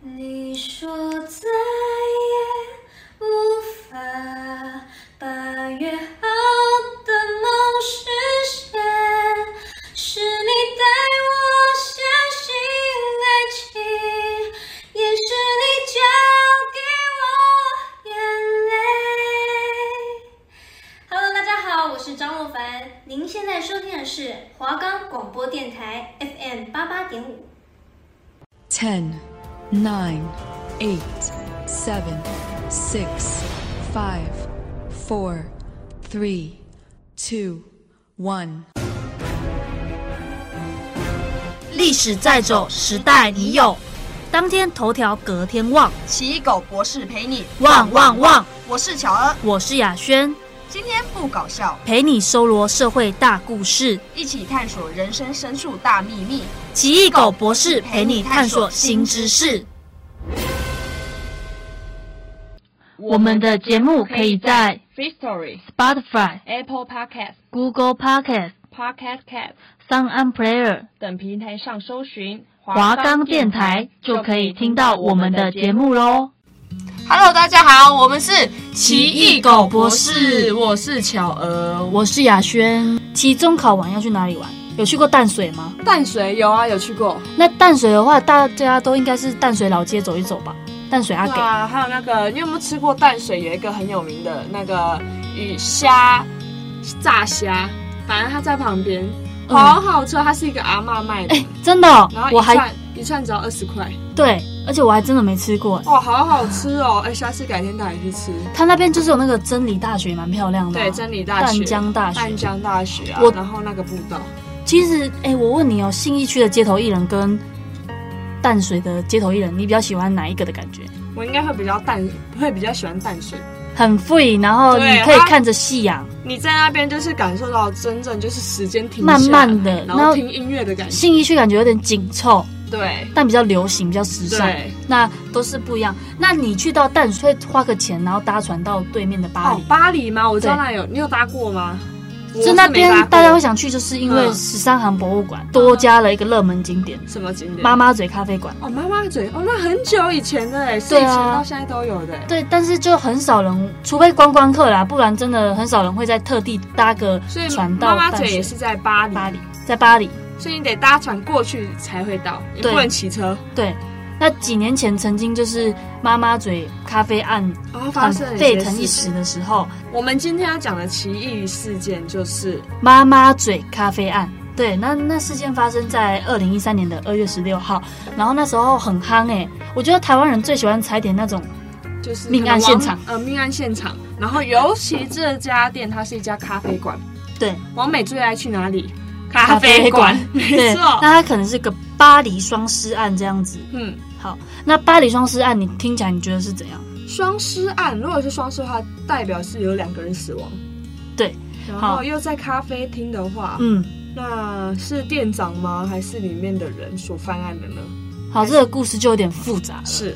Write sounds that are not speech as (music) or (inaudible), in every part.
你说再也无法把约好的梦实现，是你带我相信爱情，也是你教给我眼泪。Hello，大家好，我是张若凡。您现在收听的是华冈广播电台 FM 八八点五。 Ten, nine, eight, seven, six, five, four, three, two, one. 历史在走，时代你有。当天头条，隔天望。奇异狗博士陪你旺旺旺！我是巧儿，我是雅轩，今天不搞笑，陪你搜罗社会大故事。一起探索人生深处大秘密。奇异狗博士陪你探索新知识。我们的节目可以在 Free Story、 Spotify、 Apple Podcast、 Google Podcast、 Podcast Cat Sound On Player、等平台上搜寻华冈电台就可以听到我们的节。目喽。 Hello，大家好，我们是奇异狗博士我是巧儿。我是雅轩。期中考完要去哪里玩？有去过淡水吗？淡水有啊，有去过。那淡水的话，大家都应该是淡水老街走一走吧。淡水阿给。啊，还有那个，你有没有吃过淡水有一个很有名的那个鱼虾炸虾？反正它在旁边，嗯好好吃哦，它是一个阿嬷卖 (laughs) 的。哎、真的、哦然后，我一还串一串只要二十块，对，而且我还真的没吃过。哇，好好吃哦！哎，下次改天带你去吃。它那边就是有那个真理大学，蛮漂亮的啊、对，真理大学、淡江大学淡江大学啊我，然后那个步道，其实，哎、我问你哦，信义区的街头艺人跟淡水的街头艺人，你比较喜欢哪一个的感觉？我应该会比较淡，会比较喜欢淡水。很 free，然后对你可以它看着夕阳，你在那边就是感受到真正就是时间停下来慢慢的。然然后后听音乐的感觉。信义区感觉有点紧凑，对但比较流行，比较时尚，对，那都是不一样。那你去到淡水，会花个钱，然后搭船到对面的巴哦黎。，巴黎吗？我知道对那有，你有搭过吗？我就是那没边搭过大家会想去，就是因为嗯十三行博物馆多加了一个热门景点什么景——点？妈妈嘴咖啡馆。哦，妈妈嘴哦，那很久以前的哎，是以对啊前到现在都有的哎。对，但是就很少人，除非观光客啦，不然真的很少人会在特地搭个所以船妈到妈淡嘴水也是在巴黎，巴黎，在巴黎。所以你得搭船过去才会到，你对不能骑车。对，那几年前曾经就是妈妈嘴咖啡案然后哦发很生了沸些腾事一情时。的时候，我们今天要讲的奇异事件就是，妈妈嘴咖啡案。对，那那事件发生在二零一三年的二月十六号，然后那时候很夯哎、我觉得台湾人最喜欢踩点那种就是命案可能现王场，呃，命案现场。然后尤其这家店，它是一家咖啡馆。 (laughs) 对王美最爱去哪里？咖啡馆，没对，错那。它可能是个巴黎双尸案这样子。嗯，好，那巴黎双尸案你听起来你觉得是怎样？双尸案，如果是双尸的话，代表是有两个人死亡。对，然好后又在咖啡厅的话，嗯，那是店长吗？还是里面的人所犯案的呢？好，这个故事就有点复杂了。是，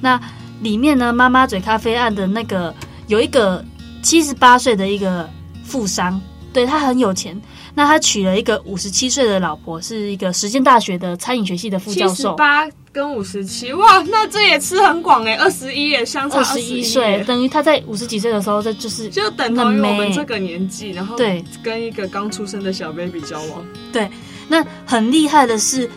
那里面呢，妈妈嘴咖啡案的那个有一个七十八岁的一个富商，对他很有钱。那他娶了一个五十七岁的老婆，是一个实践大学的餐饮学系的副七教十授，八跟五十七，哇，那这也吃很广哎、欸，二十一耶，相差二十21一耶岁，，等于他在五十几岁的时候，这就是就等同于嫩妹我们这个年纪，然后对跟一个刚出生的小 baby 交往，那很厉害的是，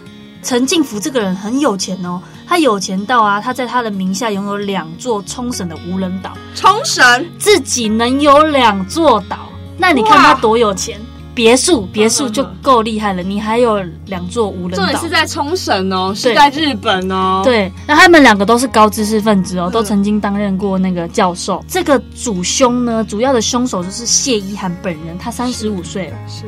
陈进福这个人很有钱哦，他有钱到啊，他在他的名下拥有两座冲绳的无人岛，冲绳自己能有两座岛，那你看他多有钱，别墅别墅就够厉害了，你还有两座无人重点岛是。在冲绳哦，对是在日本哦，，对，那他们两个都是高知识分子哦，嗯都曾经担任过那个教授。这个主凶呢，主要的凶手就是谢依涵本人，他三十五岁了。是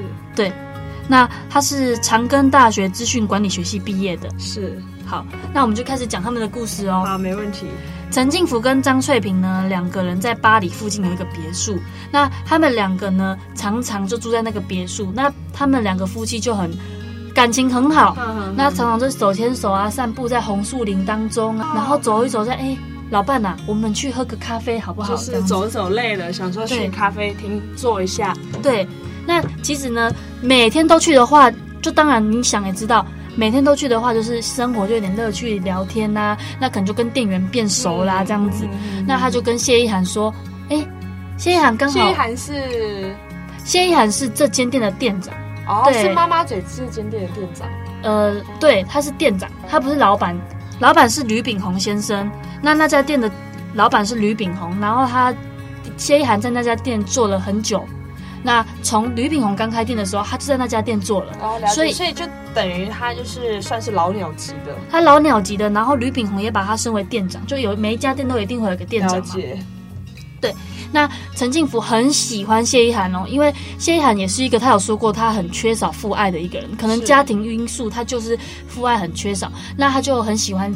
那他是长庚大学资讯管理学系毕业的。是，好，那我们就开始讲他们的故事哦。好，没问题，陈进福跟张翠萍呢，两个人在巴黎附近有一个别墅。那他们两个呢，常常就住在那个别墅。那他们两个夫妻就很感情很好，嗯那常常就手牵手啊，散步在红树林当中嗯啊，然后走一走在，哎，老伴呐、我们去喝个咖啡好不好？就这是样子走走累了，想说对去咖啡厅坐一下，对，那其实呢，每天都去的话，就当然你想也知道，每天都去的话，就是生活就有点乐趣，聊天呐、那可能就跟店员变熟嗯啦，这样子。那他就跟谢依涵说：“哎、谢依涵刚谢好依，涵是谢依涵是这间店的店长，哦，对是妈妈嘴这间店的店长，呃，对，他是店长，他不是老板，老板是吕炳宏先生。那那家店的老板是吕炳宏，然后他谢依涵在那家店做了很久。那从吕炳宏刚开店的时候，他就在那家店做了。哦，了所解，以所以就等于他就是算是老鸟级的，他老鸟级的，然后吕炳宏也把他升为店长，就有每一家店都一定会有一个店了长嘛。解，陈静福很喜欢谢依涵哦，因为谢依涵也是一个，他有说过他很缺少父爱的一个人，可能是家庭因素，他就是父爱很缺少，那他就很喜欢。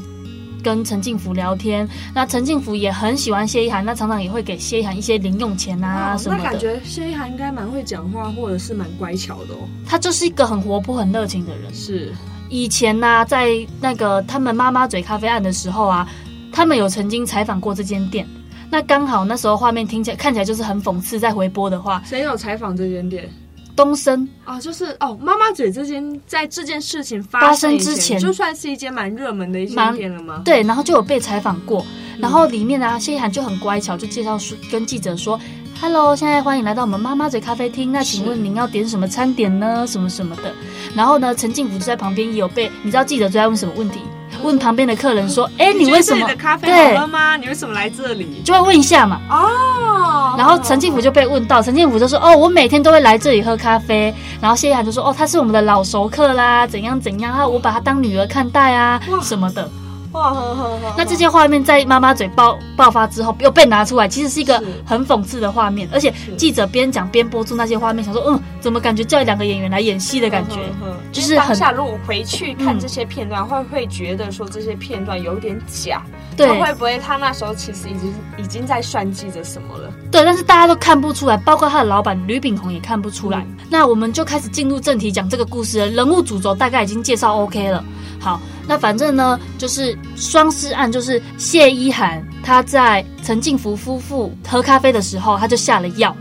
跟陈静福聊天，那陈静福也很喜欢谢依涵，那常常也会给谢依涵一些零用钱啊哦什么那的。感觉谢依涵应该蛮会讲话，或者是蛮乖巧的哦，他就是一个很活泼、很热情的人。是，以前呢、在那个他们妈妈嘴咖啡案的时候啊，他们有曾经采访过这间店。那刚好那时候画面听起来看起来就是很讽刺，在回播的话，谁有采访这间店？东升啊，就是哦，妈妈嘴这间在这件事情发发生以之前就算是一间蛮热门的一间蛮店了吗？对，然后就有被采访过，然后里面呢、谢依涵就很乖巧，就介绍说跟记者说，Hello，现在欢迎来到我们妈妈嘴咖啡厅，那请问您要点什么餐点呢？什么什么的。然后呢，陈静福就在旁边也有被，你知道记者最爱问什么问题？问旁边的客人说，哎，你觉为得什这里么的咖啡对好喝吗？你为什么来这里？就会问一下嘛。哦然后陈静福就被问到，陈静福就说：“哦，我每天都会来这里喝咖啡。”然后谢依涵就说：“哦，他是我们的老熟客啦，怎样怎样啊，我把他当女儿看待啊，哇什么的。哇，呵呵呵”那这些画面在妈妈嘴爆爆发之后又被拿出来，其实是一个是很讽刺的画面，而且记者边讲边播出那些画面，想说：“嗯，怎么感觉叫两个演员来演戏的感觉？”呵呵呵就是嗯因为当很下如果回去看嗯这些片段，会会觉得说这些片段有点假，对就会不会他那时候其实已经已经在算计着什么了？对，但是大家都看不出来，包括他的老板吕炳宏也看不出来。嗯那我们就开始进入正题，讲这个故事了。人物主轴大概已经介绍 OK 了。好，那反正呢，就是双尸案，就是谢依涵她在陈静福夫妇喝咖啡的时候，她就下了药，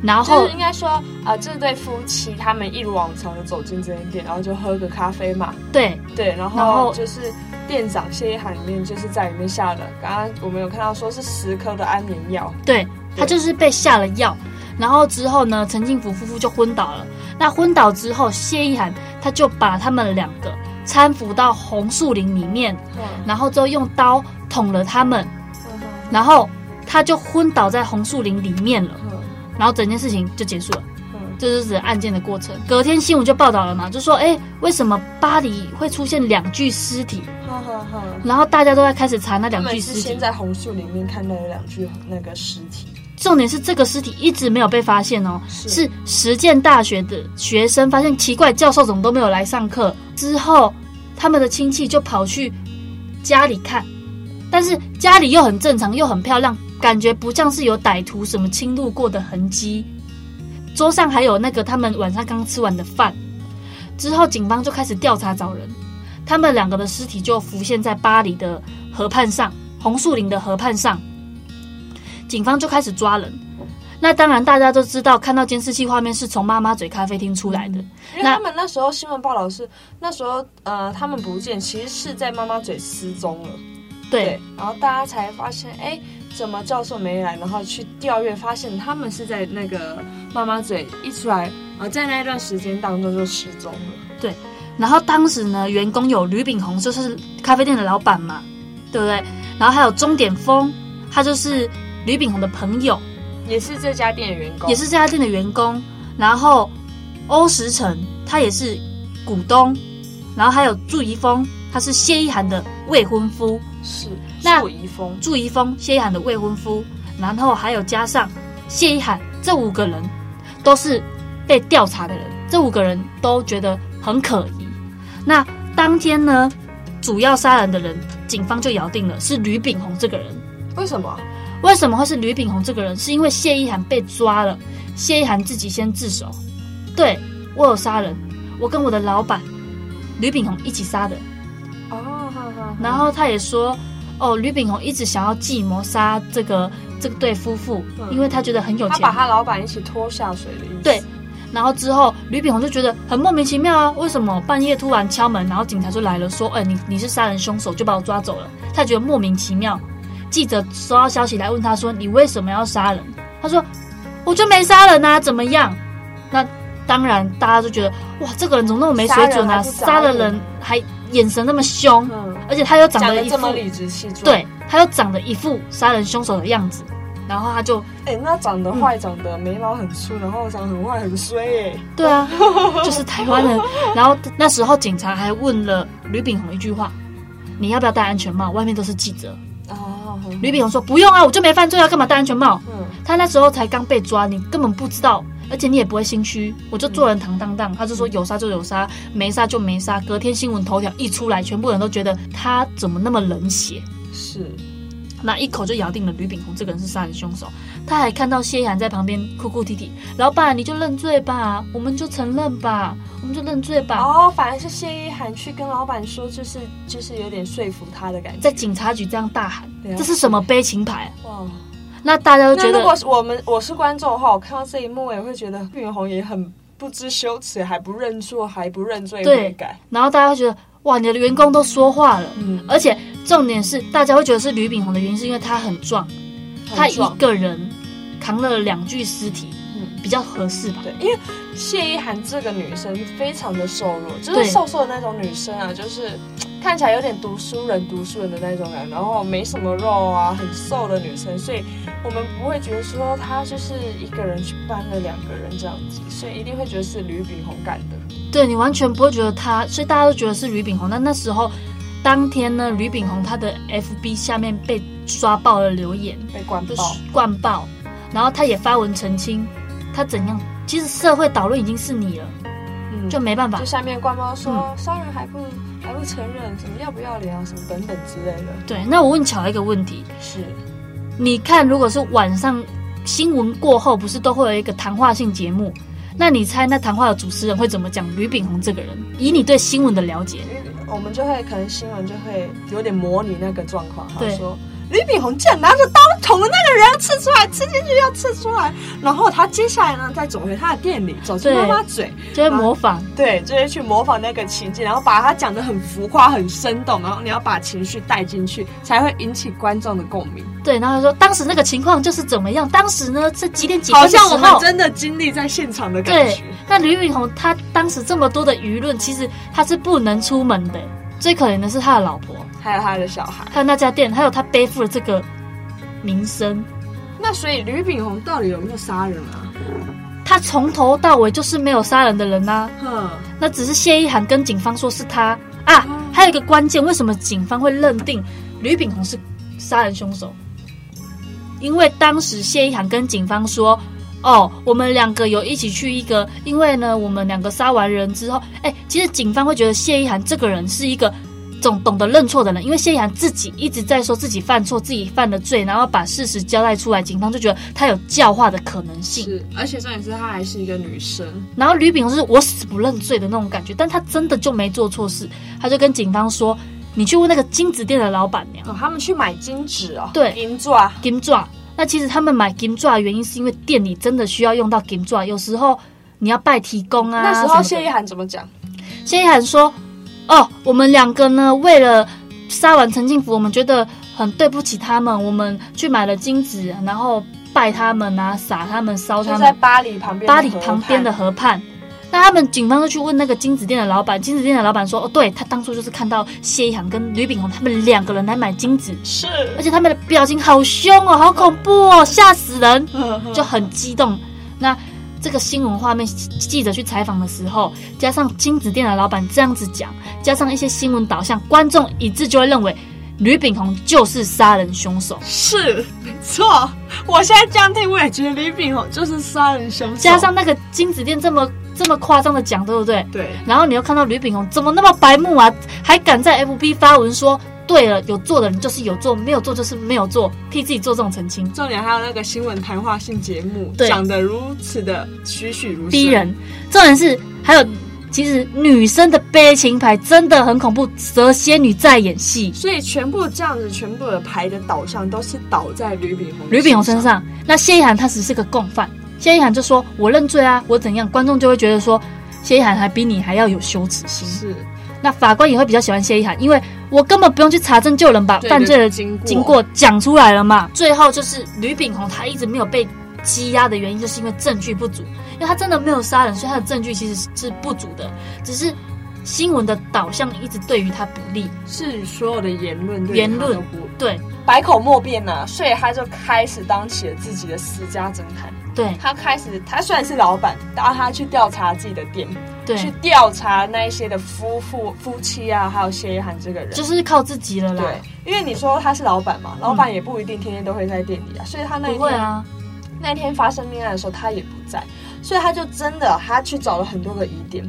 然就后是应该说，呃，这对夫妻他们一如往常的走进这间店，然后就喝个咖啡嘛，对对，然然后后就是店长谢一涵里面就是在里面下了，刚刚我们有看到说是十颗的安眠药，对，她就是被下了药，然后之后呢，陈静福夫妇就昏倒了。那昏倒之后，谢依涵她就把他们两个搀扶到红树林里面，嗯，然后之后用刀捅了他们，嗯然后他就昏倒在红树林里面了，嗯然后整件事情就结束了。嗯这就是整个案件的过程。隔天新闻就报道了嘛，就说哎，诶为什么巴黎会出现两具尸体？嗯嗯嗯然后大家都在开始查那他两们具是尸体先。在红树林里面看到有两具那个尸体，重点是这个尸体一直没有被发现哦，是是实践大学的学生发现奇怪，教授怎么都没有来上课。之后，他们的亲戚就跑去家里看，但是家里又很正常，又很漂亮，感觉不像是有歹徒什么侵入过的痕迹。桌上还有那个他们晚上刚吃完的饭。之后，警方就开始调查找人，他们两个的尸体就浮现在巴黎的河畔上，红树林的河畔上。警方就开始抓人。那当然，大家都知道，看到监视器画面是从妈妈嘴咖啡厅出来的。因为那他们那时候新闻报道是那时候呃他们不见，其实是在妈妈嘴失踪了。对，，然后大家才发现，哎，怎么教授没来？然后去调阅，发现他们是在那个妈妈嘴一出来，呃，在那一段时间当中就失踪了。然后当时呢，员工有吕炳宏，就是咖啡店的老板嘛，对不对？然后还有钟点峰，他就是吕炳宏的朋友，也是这家店的员工，也是这家店的员工。然后欧石成，他也是股东。然后还有祝怡峰，他是谢依涵的未婚夫。是那祝怡峰，祝怡峰、谢依涵的未婚夫，然后还有加上谢依涵这五个人都是被调查的人，这五个人都觉得很可疑。那当天呢，主要杀人的人，警方就咬定了是吕炳宏这个人。为什么？为什么会是吕炳宏这个人？是因为谢依涵被抓了，谢依涵自己先自首，对我有杀人，我跟我的老板吕炳宏一起杀的。哦，哈哈然后他也说，哦，吕炳宏一直想要计谋杀这个这对夫妇，嗯因为他觉得很有他钱把。他老板一起拖下水的意思。对，然后之后吕炳宏就觉得很莫名其妙啊，为什么半夜突然敲门，然后警察就来了，说，哎、你你是杀人凶手，就把我抓走了。他觉得莫名其妙。记者收到消息来问他说，你为什么要杀人？他说，我就没杀人啊，怎么样？那当然，大家就觉得，哇，这个人怎么那么没水准啊？杀杀人了还不眨眼人还眼神那么凶，嗯，而且他又长讲得的一这么副理直气壮。，对，他又长得一副杀人凶手的样子，然后他就哎、那长得坏，长得眉毛很粗，然后长得很坏，很衰哎、对 (laughs) 啊，就是台湾人。 (laughs) 然后那时候警察还问了吕炳宏一句话：“你要不要戴安全帽？外面都是记者。哦，”吕炳宏说：“不用啊，我就没犯罪啊，干嘛戴安全帽嗯，？”他那时候才刚被抓，你根本不知道，而且你也不会心虚，我就做人堂堂荡。他就说有杀就有杀，没杀就没杀。隔天新闻头条一出来，全部人都觉得他怎么那么冷血。是，那一口就咬定了吕炳宏这个人是杀人凶手。他还看到谢依涵在旁边哭哭啼啼：“老板，你就认罪吧，我们就承认吧，我们就认罪吧。哦，反而是谢依涵去跟老板说，就是就是有点说服他的感觉。在警察局这样大喊了：“解这是什么悲情牌啊哇，？”那大家都觉啊那如得果是我们我是观众的话，我看到这一幕，我也会觉得岳云红也很不知羞耻，还不认错，还不认罪对悔改。然后大家会觉得：“哇，你的员工都说话了。嗯”，而且重点是，大家会觉得是吕炳宏的原因，是因为他很壮，他很一壮。个人扛了两具尸体，嗯比较合适吧？对，因为谢依涵这个女生非常的瘦弱，就对是瘦瘦的那种女生啊，就是嘖看起来有点读书人、读书人的那种感觉，然后没什么肉啊，很瘦的女生，所以我们不会觉得说她就是一个人去搬了两个人这样子，所以一定会觉得是吕炳宏干的。对你完全不会觉得他，所以大家都觉得是吕炳宏。那那时候，当天呢，吕炳宏他的 FB 下面被刷爆了留言，被灌就是爆，灌爆，然后他也发文澄清，他怎样？其实社会导论已经是你了，嗯，就没嗯办法就。下面灌爆说杀人还不还不承认，什么要不要脸啊，什么等等之类的，对，那我问巧一个问题，是你看，如果是晚上新闻过后，不是都会有一个谈话性节目？那你猜那谈话的主持人会怎么讲吕炳宏这个人？以你对新闻的了解，因为我们就会可能新闻就会有点模拟那个状况，好对说吕炳宏竟然拿着刀捅了那个人，刺出来，刺进去要刺出来，然后他接下来呢再走回他的店里，走进对妈妈嘴，就会模仿。对，就会去模仿那个情境，然后把它讲得很浮夸、很生动，然后你要把情绪带进去，才会引起观众的共鸣，对，然后他说当时那个情况就是怎么样，当时呢是几点几分好的时像我们候。真的经历在现场的感对觉。，那吕炳宏他当时这么多的舆论，其实他是不能出门的。最可怜的是他的老婆，还有他的小孩。还有那家店，还有他背负了这个名声。那所以吕炳宏到底有没有杀人啊？他从头到尾就是没有杀人的人啊呐、哼，那只是谢依涵跟警方说是他啊。还有一个关键，为什么警方会认定吕炳宏是杀人凶手？因为当时谢依涵跟警方说：“哦，我们两个有一起去一个，因为呢，我们两个杀完人之后，哎，其实警方会觉得谢依涵这个人是一个总懂得认错的人，因为谢依涵自己一直在说自己犯错，自己犯了罪，然后把事实交代出来，警方就觉得他有教化的可能性。是，而且重点是她还是一个女生。然后吕炳宏是我死不认罪的那种感觉，但他真的就没做错事，他就跟警方说：“你去问那个金子店的老板娘哦，他们去买金纸哦，对银钻。金爪。”那其实他们买金爪的原因是因为店里真的需要用到金爪，有时候你要拜提供啊。那时候什谢么依涵怎么讲？的谢依涵说：“哦，我们两个呢，为了杀完陈庆福，我们觉得很对不起他们，我们去买了金子，然后拜他们啊，撒他们，烧他就们。”在巴黎旁边，巴黎旁边的。河畔。那他们警方就去问那个金子店的老板，金子店的老板说：“哦，对他当初就是看到谢依涵跟吕炳宏他们两个人来买金子，是，而且他们的表情好凶哦，好恐怖哦，吓死人，就很激动。”那这个新闻画面，记者去采访的时候，加上金子店的老板这样子讲，加上一些新闻导向，观众一致就会认为吕炳宏就是杀人凶手。 (laughs) 是没错。我现在这样听，我也觉得吕炳宏就是杀人凶手。加上那个金子店这么这么夸张的讲，对不对？对，然后你又看到吕炳宏怎么那么白目啊，还敢在 FB 发文说，对了，有做的人就是有做，没有做就是没有做，替自己做这种澄清，重点还有那个新闻谈话性节目，对讲得如此的栩栩如生，逼人。重点是还有，其实女生的悲情牌真的很恐怖，蛇蝎女在演戏，所以全部这样子，全部的牌的导向都是倒在吕炳宏吕炳宏身。上，那谢依涵她只是个共犯，谢一涵就说我认罪啊，我怎样，观众就会觉得说谢一涵还比你还要有羞耻心。是那法官也会比较喜欢谢一涵，因为我根本不用去查证，就能把对犯罪的经过经过讲出来了嘛。最后就是吕炳宏他一直没有被羁押的原因，就是因为证据不足，因为他真的没有杀人，所以他的证据其实是不足的，只是新闻的导向一直对于他不利。是所有的言论对言他论都不对百口莫辩呐、所以他就开始当起了自己的私家侦探。对他开始，他虽然是老板，但他去调查自己的店，去对，调查那一些的夫妇、夫妻啊，还有谢依涵这个人。就是靠自己了啦。对，因为你说他是老板嘛，老板也不一定天天都会在店里啊，所以他那一不会天、啊，那一天发生命案的时候，他也不在，所以他就真的他去找了很多个疑点，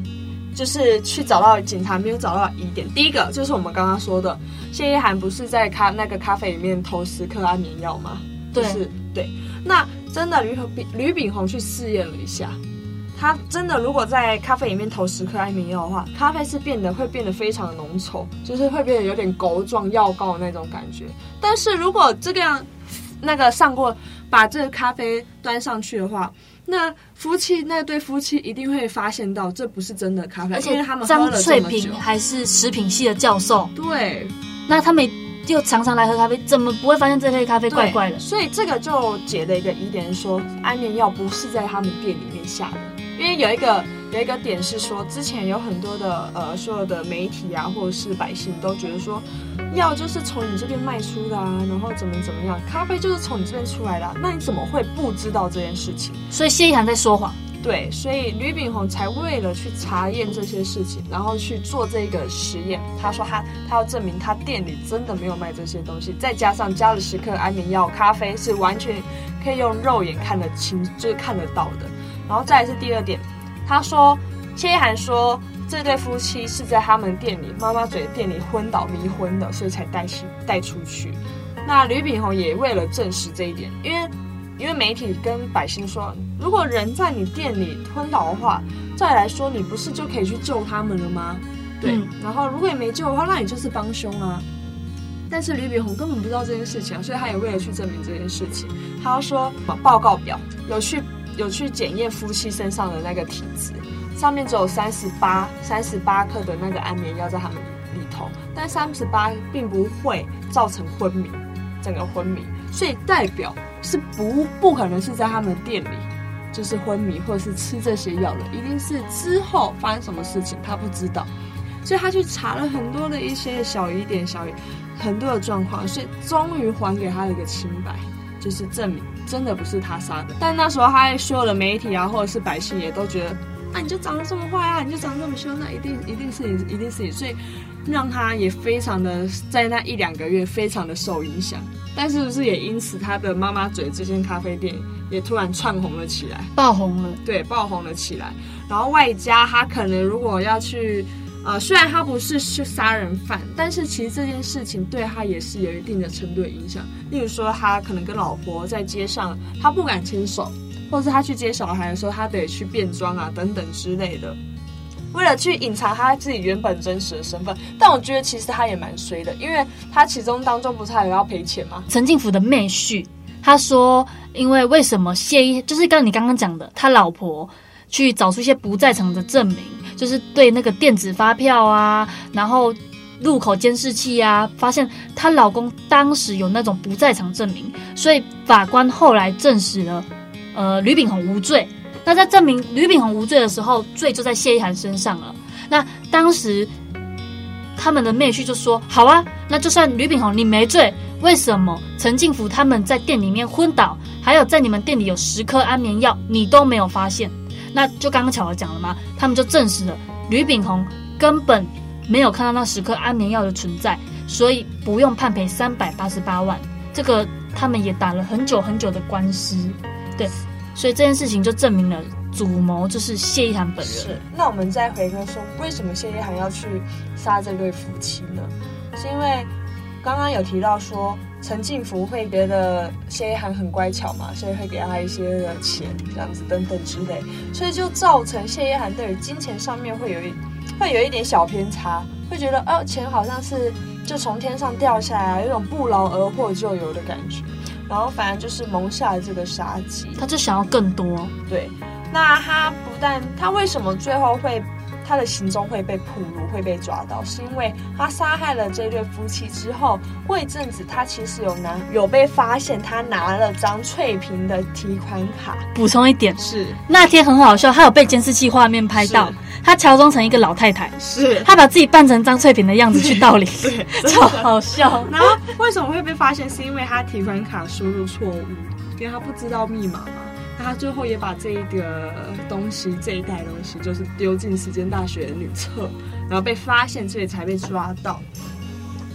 就是去找到警察没有找到的疑点。第一个就是我们刚刚说的，谢依涵不是在咖那个咖啡里面偷十克安眠药吗？对就是对。那真的吕炳吕炳宏去试验了一下，他真的如果在咖啡里面投十克安眠药的话，咖啡是变得会变得非常浓稠，就是会变得有点狗状药膏的那种感觉。但是如果这个样那个上过把这个咖啡端上去的话，那夫妻那对夫妻一定会发现到这不是真的咖啡，而因且为他们喝张了这翠么久萍。还是食品系的教授，对，那他们又常常来喝咖啡，怎么不会发现这类咖啡对怪怪的？所以这个就解了一个疑点说，安眠药不是在他们店里面下的，因为有一个有一个点是说，之前有很多的呃所有的媒体啊，或者是百姓都觉得说，药就是从你这边卖出的啊，然后怎么怎么样，咖啡就是从你这边出来的啊、那你怎么会不知道这件事情？所以谢依涵在说谎。对，所以吕炳宏才为了去查验这些事情，然后去做这个实验。他说他他要证明他店里真的没有卖这些东西，再加上加了十克安眠药，咖啡是完全可以用肉眼看得清，就是看得到的。然后再来是第二点，他说谢依涵说这对夫妻是在他们店里妈妈嘴的店里昏倒迷昏的，所以才带去带出去。那吕炳宏也为了证实这一点，因为因为媒体跟百姓说，如果人在你店里昏倒的话，再来说你不是就可以去救他们了吗？对，嗯然后如果你没救的话，那你就是帮凶啊。但是吕炳宏根本不知道这件事情啊，所以他也为了去证明这件事情，他要说报告表有去有去检验夫妻身上的那个体质，上面只有三十八三十八克的那个安眠药在他们里头，但三十八并不会造成昏迷，整个昏迷，所以代表是不不可能是在他们店里就是昏迷或者是吃这些药了，一定是之后发生什么事情他不知道，所以他去查了很多的一些小疑点、小疑很多的状况，所以终于还给他一个清白，就是证明真的不是他杀的。但那时候他所有的媒体啊或者是百姓也都觉得，啊你就长得这么坏啊，你就长得这么凶，那一定一定是你，一定是你，所以让他也非常的在那一两个月非常的受影响。但是不是也因此他的妈妈嘴这间咖啡店也突然窜红了起来？爆红了。对，爆红了起来。然后外加他可能如果要去，呃，虽然他不是去杀人犯，但是其实这件事情对他也是有一定的程度的影响。例如说，他可能跟老婆在街上，他不敢牵手，或是他去接小孩的时候，他得去变装啊等等之类的。为了去隐藏他自己原本真实的身份，但我觉得其实他也蛮衰的，因为他其中当中不是还有要赔钱吗？陈进福的妹婿，他说，因为为什么谢依，就是刚你刚刚讲的，他老婆去找出一些不在场的证明，就是对那个电子发票啊，然后路口监视器啊，发现她老公当时有那种不在场证明，所以法官后来证实了，呃，吕炳宏无罪。那在证明吕炳宏无罪的时候，罪就在谢依涵身上了。那当时他们的妹婿就说：“好啊，那就算吕炳宏你没罪，为什么陈进福他们在店里面昏倒，还有在你们店里有十颗安眠药，你都没有发现？那就刚刚巧儿讲了嘛，他们就证实了吕炳宏根本没有看到那十颗安眠药的存在，所以不用判赔三百八十八万。这个他们也打了很久很久的官司，对，所以这件事情就证明了主谋就是谢依涵本人。是，那我们再回归说，为什么谢依涵要去杀这对夫妻呢？是因为刚刚有提到说，陈进福会觉得谢依涵很乖巧嘛，所以会给他一些的钱，这样子等等之类，所以就造成谢依涵对于金钱上面会有一会有一点小偏差，会觉得哦，钱好像是就从天上掉下来，有一种不劳而获就有的感觉。然后反正就是萌下了这个杀机。他就想要更多，对，那他不但他为什么最后会他的行踪会被暴露、会被抓到，是因为他杀害了这对夫妻之后，过一阵子他其实有拿有被发现，他拿了张翠萍的提款卡，补充一点，是那天很好笑，他有被监视器画面拍到，他乔装成一个老太太，是。他把自己扮成张翠萍的样子去盗 (laughs) 领，超好笑。然后为什么会被发现？是因为他提款卡输入错误，因为他不知道密码嘛。那他最后也把这一个东西，这一袋东西，就是丢进时间大学的女厕，然后被发现，所以才被抓到。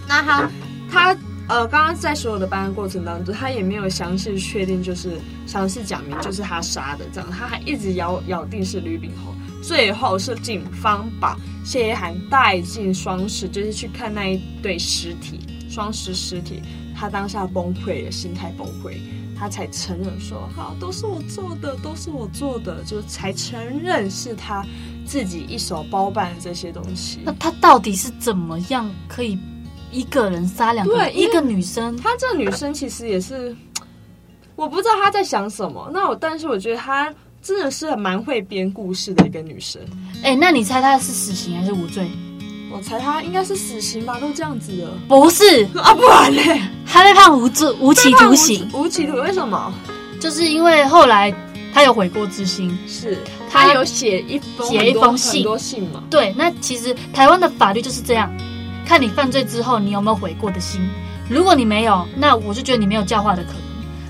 那他他呃，刚刚在所有的办案过程当中，他也没有详细确定，就是详细讲明就是他杀的这样，他还一直咬咬定是吕炳宏。最后是警方把谢依涵带进双十，就是去看那一对尸体，双十尸体，他当下崩溃了，心态崩溃，他才承认说，好，都是我做的，都是我做的，就是才承认是他自己一手包办的这些东西。那他到底是怎么样可以一个人杀两个人对因一为个女生？她这个女生其实也是，我不知道她在想什么。那我，但是我觉得她真的是蛮会编故事的一个女生。哎、那你猜他是死刑还是无罪？我猜她应该是死刑吧，都这样子了不是，啊，不然嘞？ (laughs) 他被判无罪无期徒刑，无期徒，为什么？就是因为后来他有悔过之心。是她她有写一封写一很多封信很多信嘛？对，那其实台湾的法律就是这样，看你犯罪之后你有没有悔过的心。如果你没有，那我就觉得你没有教化的可能；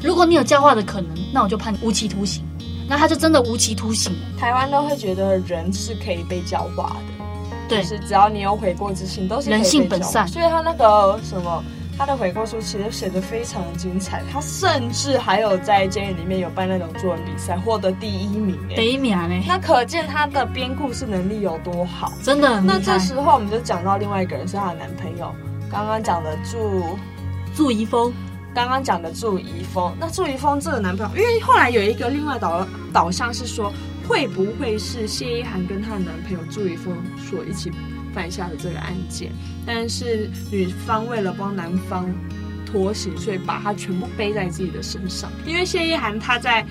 如果你有教化的可能，那我就判无期徒刑。那他就真的无期徒刑了。台湾都会觉得人是可以被教化的，对就是只要你有悔过之心，都是可以被人性本教化善所以他那个什么。他的悔过书其实写的非常精彩，他甚至还有在监狱里面有办那种作文比赛，获得第一名诶。北啊秒嘞，那可见他的编故事能力有多好。真的很厉害。那这时候我们就讲到另外一个人是她的男朋友，刚刚讲的祝祝怡峰，刚刚讲的祝怡峰，那祝怡峰这个男朋友，因为后来有一个另外导导向是说，会不会是谢依涵跟她的男朋友祝怡峰所一起犯下的这个案件？但是女方为了帮男方脱刑，所以把他全部背在自己的身上。因为谢依涵她在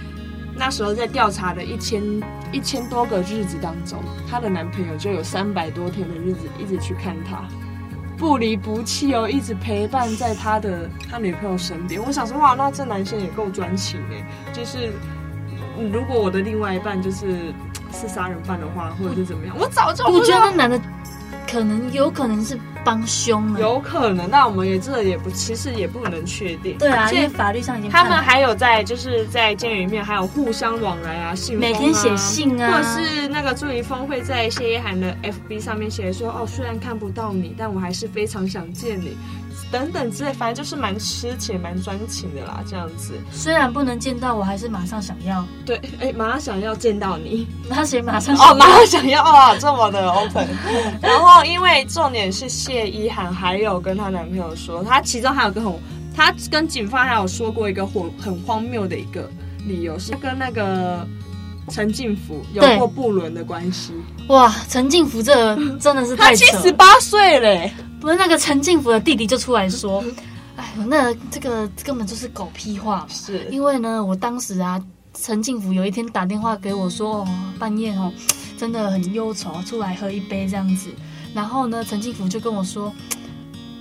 那时候在调查的一千一千多个日子当中，她的男朋友就有三百多天的日子一直去看她，不离不弃哦，一直陪伴在她的她女朋友身边。我想说，哇，那这男生也够专情哎，就是。嗯如果我的另外一半就是嗯是杀人犯的话，或者是怎么样，我早就我知觉道得那男的可能有可能是帮凶了。有可能，那我们也这也不，其实也不能确定。对啊，所因为以法律上已经他判们了。还有在就是在监狱里面还有互相往来啊，信封啊每天写信啊或者是那个朱怡峰会在谢依涵的 FB 上面写说，哦，虽然看不到你，但我还是非常想见你，等等之类，反正就是蛮痴情、蛮专情的啦，这样子。虽然不能见到，我还是马上想 (laughs) 要。对，哎，马上想要见到你。他写马上想要 (laughs) 哦，马上想要啊，这么的 open。然后，因为重点是谢依涵还有跟她男朋友说，她其中还有跟我，她跟警方还有说过一个很很荒谬的一个理由，是她跟那个陈进福有对过不伦的关系。哇，陈进福这个真的是她太七扯了十八岁嘞，不是那个陈进福的弟弟就出来说：“哎，我那这个根本就是狗屁话。是 (laughs) 因为呢，我当时啊，陈进福有一天打电话给我说，哦，半夜哦，真的很忧愁，出来喝一杯这样子。然后呢，陈进福就跟我说，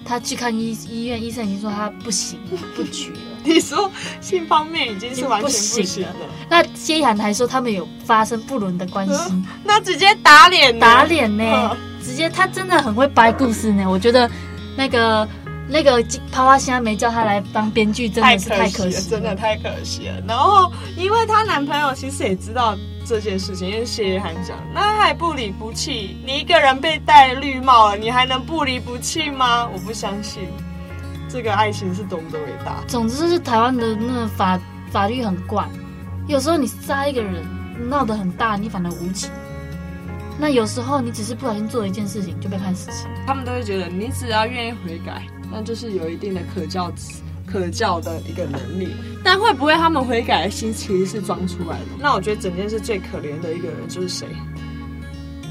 他去看医医院，医生已经说他不行，不举了。你说性方面已经是完全不已经行不了，那谢依涵还说他们有发生不伦的关系。那直接打脸呢打脸呢、嗯直接他真的很会掰故事呢、我觉得那个那个啪啪虾没叫他来当编剧，真的是太可了惜真的太可惜了。然后，因为她男朋友其实也知道这件事情，因为谢依涵讲，那还不离不弃，你一个人被戴绿帽了，你还能不离不弃吗？我不相信，这个爱情是多么的伟大。总之就是台湾的那个法法律很怪，有时候你杀一个人闹得很大，你反而无情。那有时候你只是不小心做了一件事情就被判死刑，他们都会觉得，你只要愿意悔改，那就是有一定的可教可教的一个能力。但会不会他们悔改的心其实是装出来的？那我觉得整件事最可怜的一个人就是谁？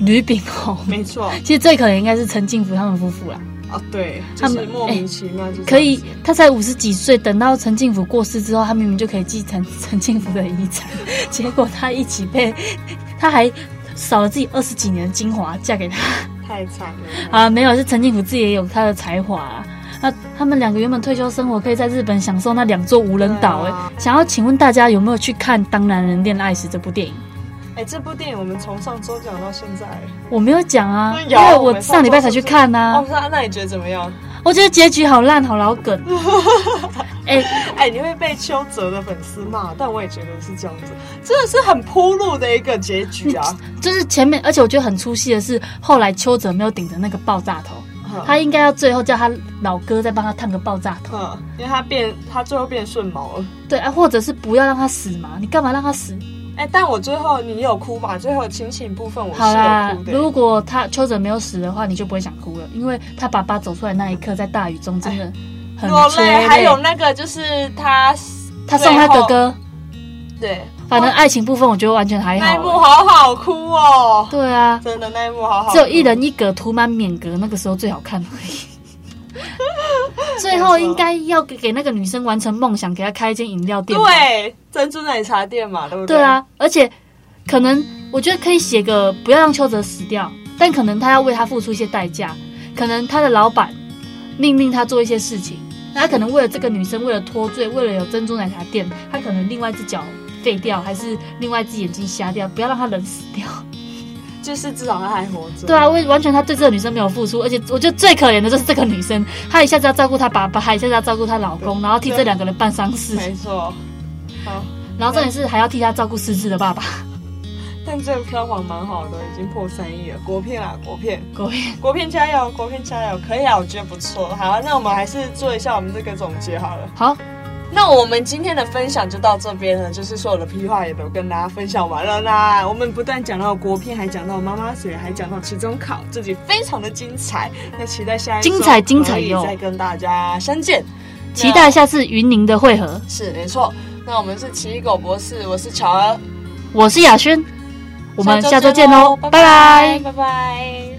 吕炳宏。没错，其实最可怜应该是陈进福他们夫妇啦，哦，对，就他们是莫名其妙就可以这样子，他才五十几岁，等到陈进福过世之后，他明明就可以继承陈进福的遗产，结果他一起被，他还少了自己二十几年的精华嫁给他 (laughs) 太惨了。啊！没有，是陈进福自己也有他的才华、啊。那他们两个原本退休生活可以在日本享受那两座无人岛、对哎、啊想要请问大家有没有去看《当男人恋爱时》这部电影？哎，这部电影我们从上周讲到现在，我没有讲啊，有因为我我们上礼拜才去看啊呐、哦，那那你觉得怎么样？我觉得结局好烂，好老梗。 (laughs) 哎、哎，你会被邱泽的粉丝骂，但我也觉得是这样子，真的是很铺路的一个结局啊。就是前面，而且我觉得很出戏的是，后来邱泽没有顶着那个爆炸头，嗯他应该要最后叫他老哥再帮他烫个爆炸头，嗯，因为他变，他最后变顺毛了。对啊，或者是不要让他死嘛，你干嘛让他死？哎、但我最后你有哭吧？最后亲情部分我是好啦有哭，的、如果他邱泽没有死的话，你就不会想哭了，因为他爸爸走出来那一刻，在大雨中真的很哎落催泪，还有那个就是他，他送他哥哥，对，反正爱情部分我觉得完全还那一幕好，好好哭哦，对啊，真的那一幕好好哭，只有一人一格，涂满免格，那个时候最好看而已。最后应该要给给那个女生完成梦想，给她开一间饮料店吧。对珍珠奶茶店嘛，对不对？对，啊，而且可能我觉得可以写个不要让邱泽死掉，但可能他要为他付出一些代价，可能他的老板命令他做一些事情，那他可能为了这个女生，为了脱罪，为了有珍珠奶茶店，他可能另外一只脚废掉，还是另外一只眼睛瞎掉，不要让他人死掉。就是至少他还活着。对啊，为完全他对这个女生没有付出，而且我觉得最可怜的就是这个女生，她一下子要照顾她爸爸，还一下子要照顾她老公，然后替这两个人办丧事，没错。好，然后重点是还要替她照顾失智的爸爸。但这个票房蛮好的，已经破三亿了，国片啊，国片，各位，国片加油，国片加油，可以啊，我觉得不错。好啊，那我们还是做一下我们这个总结好了。好，那我们今天的分享就到这边了，就是所有的屁话也都跟大家分享完了啦。我们不但讲到国片，还讲到妈妈学，还讲到期中考，自己非常的精彩。那期待下一周精彩精彩哟可以再跟大家相见，期待下次云宁的会合。那是没错。那我们是奇异狗博士，我是乔儿，我是雅轩，我们下周见哦喽喽，，拜拜拜拜。